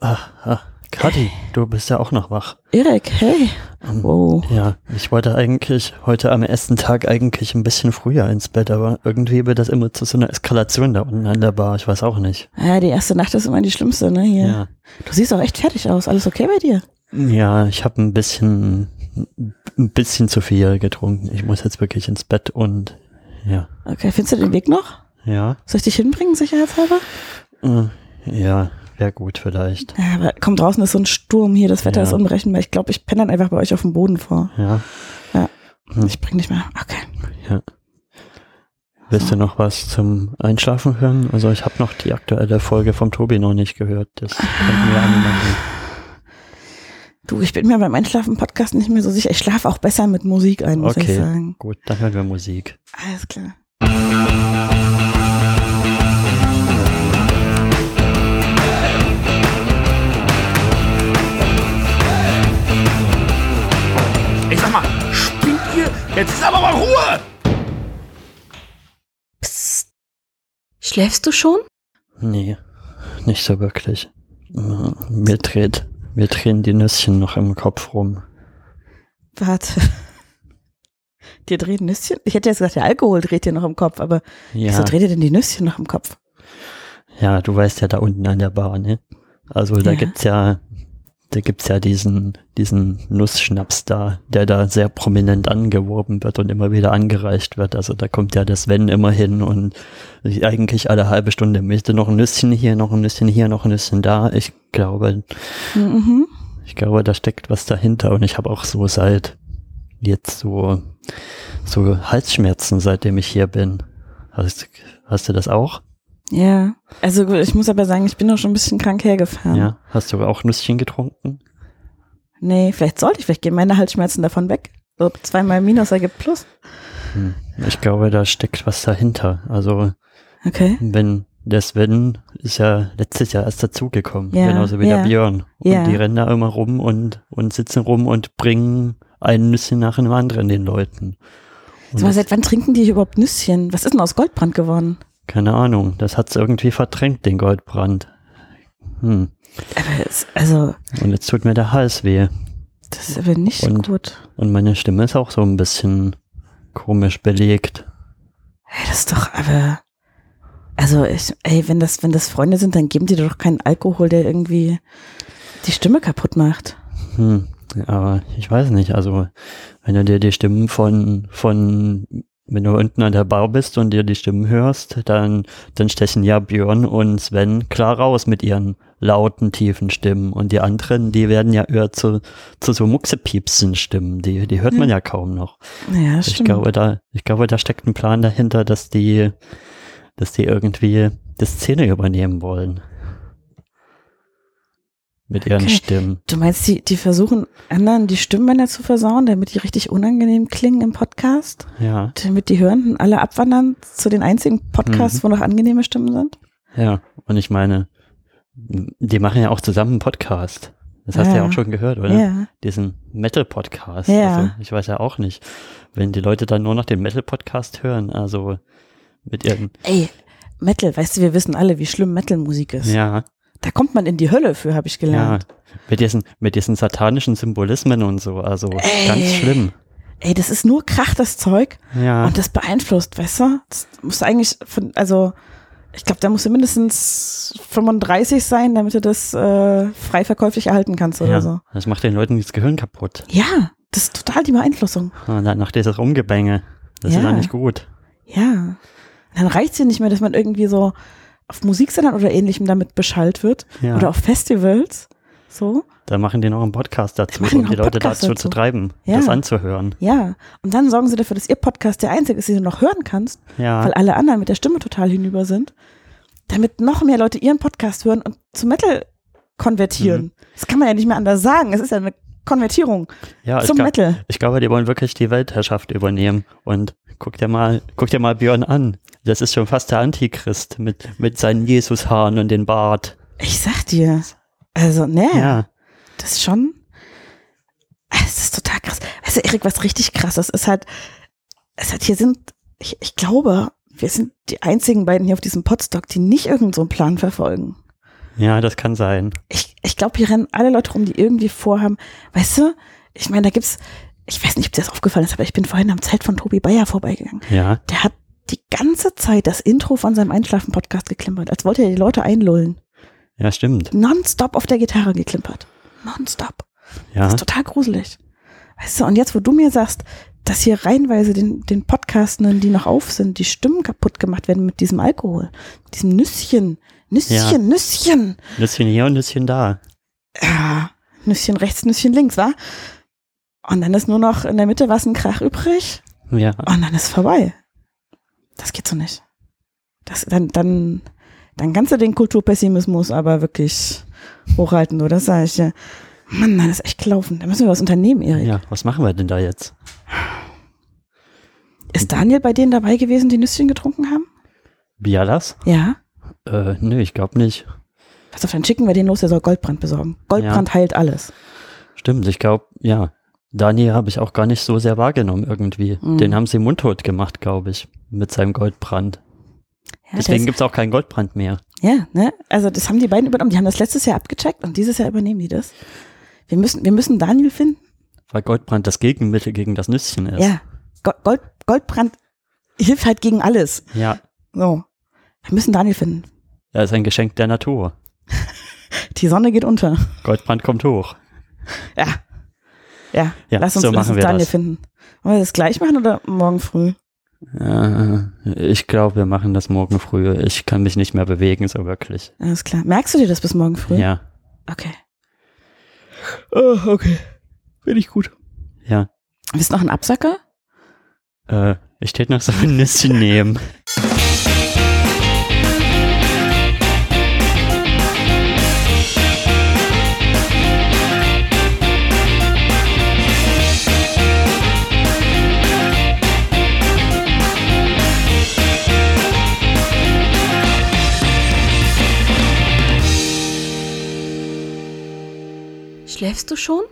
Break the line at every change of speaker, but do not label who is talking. ah, ah. Kathi, du bist ja auch noch wach.
Erik, hey.
Hm.
Wow.
Ja, ich wollte eigentlich heute am ersten Tag eigentlich ein bisschen früher ins Bett, aber irgendwie wird das immer zu so einer Eskalation da unten an der Bar. Ich weiß auch nicht.
Ja, die erste Nacht ist immer die schlimmste, ne? Hier.
Ja,
Du siehst auch echt fertig aus. Alles okay bei dir?
ja ich habe ein bisschen, ein bisschen zu viel getrunken. Ich muss jetzt wirklich ins Bett und ja,
Okay, findest du den Weg noch?
ja,
Soll ich dich hinbringen, sicherheitshalber?
äh, ja, wäre gut vielleicht.
Ja, aber komm, draußen ist so ein Sturm hier, das Wetter
Ja.
ist unberechenbar. Ich glaube, ich penne dann einfach bei euch auf dem Boden vor.
Ja,
Ich bring dich mal. Okay.
ja. Willst du noch was zum Einschlafen hören? Also ich habe noch die aktuelle Folge vom Tobi noch nicht gehört. Das könnten wir anmachen.
Du, ich bin mir beim Einschlafen-Podcast nicht mehr so sicher. Ich schlafe auch besser mit Musik ein, muss ich
Okay.
sagen.
Gut, dann hören wir Musik.
Alles klar.
Ich sag mal, spinnt ihr? Jetzt ist aber mal Ruhe!
Psst. Schläfst du schon?
Nee, nicht so wirklich. Mm, Mir dreht, mir drehen die Nüsschen noch im Kopf rum.
Warte. Dir drehen Nüsschen? Ich hätte jetzt gesagt, der Alkohol dreht dir noch im Kopf, aber wieso
Ja,
dreht dir denn die Nüsschen noch im Kopf?
ja, du weißt ja da unten an der Bar, ne? Also da
Ja.
gibt's ja, da gibt's ja diesen, diesen Nussschnaps da, der da sehr prominent angeworben wird und immer wieder angereicht wird. Also da kommt ja das Wenn immer hin und ich eigentlich alle halbe Stunde möchte noch ein Nüsschen hier, noch ein Nüsschen hier, noch ein Nüsschen da. Ich glaube,
Mhm.
Ich glaube, da steckt was dahinter und ich habe auch so seit jetzt so, so Halsschmerzen, seitdem ich hier bin. Hast, hast du das auch?
Ja. Also gut, ich muss aber sagen, ich bin doch schon ein bisschen krank hergefahren.
Ja. Hast du auch Nüsschen getrunken?
Nee, vielleicht sollte ich, vielleicht gehen meine Halsschmerzen davon weg. So zweimal Minus ergibt Plus.
Hm. Ich glaube, da steckt was dahinter. Also
Okay.
wenn das Wenn ist ja letztes Jahr erst dazugekommen,
Ja,
genauso wie
ja,
der Björn. Und
ja.
die rennen da immer rum und, und sitzen rum und bringen ein Nüsschen nach dem anderen den Leuten. Und
Sag mal,
das-
seit wann trinken die hier überhaupt Nüsschen? Was ist denn aus Goldbrand geworden?
Keine Ahnung, das hat's irgendwie verdrängt, den Goldbrand. Hm.
Aber es, also,
Und jetzt tut mir der Hals weh.
das ist aber nicht
Und-
gut.
Und meine Stimme ist auch so ein bisschen komisch belegt.
Ey, das ist doch aber. Also, ich, ey, wenn das, wenn das Freunde sind, dann geben die dir doch keinen Alkohol, der irgendwie die Stimme kaputt macht.
Hm. Aber ich weiß nicht, also wenn du dir die Stimmen von, von, wenn du unten an der Bar bist und dir die Stimmen hörst, dann, dann stechen ja Björn und Sven klar raus mit ihren lauten, tiefen Stimmen. Und die anderen, die werden ja eher zu, zu so mucksepiepsen Stimmen. Die, die hört man ja kaum noch.
Ja, das
Ich
stimmt.
glaube, da, ich glaube, da steckt ein Plan dahinter, dass die, dass die irgendwie die Szene übernehmen wollen. Mit ihren
Okay.
Stimmen.
Du meinst, die, die versuchen anderen die Stimmbänder zu versauen, damit die richtig unangenehm klingen im Podcast?
Ja,
Damit die Hörenden alle abwandern zu den einzigen
Mhm.
Podcasts, wo noch angenehme Stimmen sind?
ja. Und ich meine, die machen ja auch zusammen einen Podcast. Das hast du ja
Ja.
auch schon gehört, oder?
Ja.
Diesen Metal-Podcast.
Ja.
Also, ich weiß ja auch nicht. Wenn die Leute dann nur noch den Metal-Podcast hören, also mit ihren,
Ey, Metal, weißt du, wir wissen alle, wie schlimm Metal-Musik ist.
ja,
Da kommt man in die Hölle für, habe ich
ja,
gelernt.
mit diesen, mit diesen satanischen Symbolismen und so, also ganz
Ey.
schlimm.
Ey, das ist nur Krach, das Zeug.
Ja.
Und das beeinflusst, weißt du? Das musst du eigentlich von, also, ich glaube, da musst du mindestens 35 sein, damit du das äh, frei verkäuflich erhalten kannst oder
ja,
so.
Das macht den Leuten das Gehirn kaputt.
Ja, das ist total die Beeinflussung.
Und dann nach dieses Rumgebänge. Das ist
Ja.
ja nicht gut.
Ja. Dann reicht's ja nicht mehr, dass man irgendwie so auf Musiksendern oder ähnlichem damit beschallt wird.
Ja.
Oder auf Festivals. So.
Da machen die noch einen Podcast dazu,
machen
um
noch
die
einen
Leute
Podcast
dazu,
dazu.
zu treiben,
Ja.
das anzuhören.
Ja. Und dann sorgen sie dafür, dass ihr Podcast der einzige ist, den du noch hören kannst.
Ja.
weil alle anderen mit der Stimme total hinüber sind, damit noch mehr Leute ihren Podcast hören und zu Metal konvertieren.
Mhm.
Das kann man ja nicht mehr anders sagen. Es ist ja eine Konvertierung
ja, ich,
zum
glaub-
Metal.
ich glaube, die wollen wirklich die Weltherrschaft übernehmen. Und guck dir mal, guck dir mal Björn an. Das ist schon fast der Antichrist mit, mit seinen Jesushaaren und den Bart.
Ich sag dir, also ne,
Ja.
das ist schon, es ist total krass. Weißt du, Erik, was richtig krass ist, ist halt, es hat hier sind, ich, ich glaube, wir sind die einzigen beiden hier auf diesem Podstock, die nicht irgend so einen Plan verfolgen.
Ja, das kann sein.
Ich, ich glaube, hier rennen alle Leute rum, die irgendwie vorhaben, weißt du, ich meine, da gibt's, ich weiß nicht, ob dir das aufgefallen ist, aber ich bin vorhin am Zelt von Tobi Bayer vorbeigegangen.
Ja,
Der hat die ganze Zeit das Intro von seinem Einschlafen-Podcast geklimpert, als wollte er die Leute einlullen.
ja, stimmt.
Nonstop auf der Gitarre geklimpert. Nonstop. Das
Ja,
ist total gruselig. Weißt du, und jetzt, wo du mir sagst, dass hier reihenweise den, den Podcastenden, die noch auf sind, die Stimmen kaputt gemacht werden mit diesem Alkohol, diesem Nüsschen, Nüsschen,
Ja.
Nüsschen.
bisschen hier und bisschen da.
Ja, Nüsschen rechts, Nüsschen links, wa? Und dann ist nur noch in der Mitte was ein Krach übrig
Ja,
und dann ist vorbei. Das geht so nicht. Das, dann, dann, dann kannst du den Kulturpessimismus aber wirklich hochhalten, oder? Das sag ich dir. Mann, das ist echt gelaufen. Da müssen wir was unternehmen, Erik.
ja, was machen wir denn da jetzt?
Ist Daniel bei denen dabei gewesen, die Nüsschen getrunken haben?
Bialas?
Ja.
Äh, nö, ich glaube nicht.
Pass auf, dann schicken wir den los, der soll Goldbrand besorgen. Goldbrand heilt alles.
Stimmt, ich glaube, ja. Dani habe ich auch gar nicht so sehr wahrgenommen irgendwie.
Mhm.
Den haben sie mundtot gemacht, glaube ich, mit seinem Goldbrand.
Ja,
Deswegen
das,
gibt's auch keinen Goldbrand mehr.
ja, ne? Also das haben die beiden übernommen. Die haben das letztes Jahr abgecheckt und dieses Jahr übernehmen die das. Wir müssen, wir müssen Daniel finden.
Weil Goldbrand das Gegenmittel gegen das Nüsschen ist.
Ja. Go- Gold, Goldbrand hilft halt gegen alles.
ja.
So. Wir müssen Daniel finden.
Er ist ein Geschenk der Natur.
Die Sonne geht unter.
Goldbrand kommt hoch.
Ja. Ja,
Ja,
lass uns,
so
lass
machen
uns
wir
Daniel
das.
finden. Wollen wir das gleich machen oder morgen früh?
Äh, ich glaube, wir machen das morgen früh. Ich kann mich nicht mehr bewegen, so wirklich.
Alles klar. Merkst du dir das bis morgen früh?
Ja,
Okay.
Oh, okay. Finde ich gut.
ja.
Ist noch ein Absacker?
Äh, ich tät noch so ein Nüsschen nehmen.
Schläfst du schon?